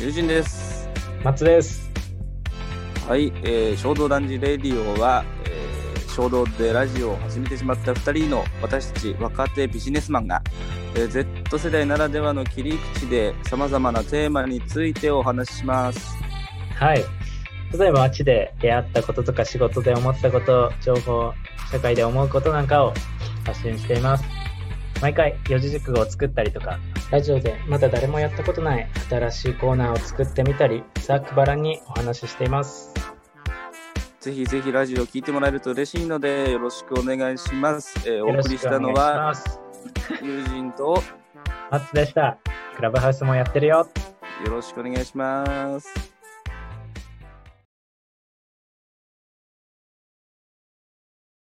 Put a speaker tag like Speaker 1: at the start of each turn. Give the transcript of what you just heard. Speaker 1: 友人です。
Speaker 2: 松です。
Speaker 1: はい、えー、衝動男児レディオは、えー衝動でラジオを始めてしまった2人の私たち若手ビジネスマンが、えー Z 世代ならではの切り口でさまざまなテーマについてお話しします。
Speaker 2: はい。例えば街で出会ったこととか仕事で思ったこと、情報、社会で思うことなんかを発信しています。毎回四字熟語を作ったりとか、ラジオでまだ誰もやったことない新しいコーナーを作ってみたり、ざっくばらんにお話ししています。
Speaker 1: ぜひぜひラジオを聞いてもらえると嬉しいのでよろしくお願いします。えーお
Speaker 2: よろ
Speaker 1: 送り
Speaker 2: し
Speaker 1: し
Speaker 2: くお
Speaker 1: た
Speaker 2: 願
Speaker 1: の
Speaker 2: いし
Speaker 1: は
Speaker 2: ます。
Speaker 1: 友人と
Speaker 2: 松でした。クラブハウスもやってるよ。
Speaker 1: よろしくお願いします。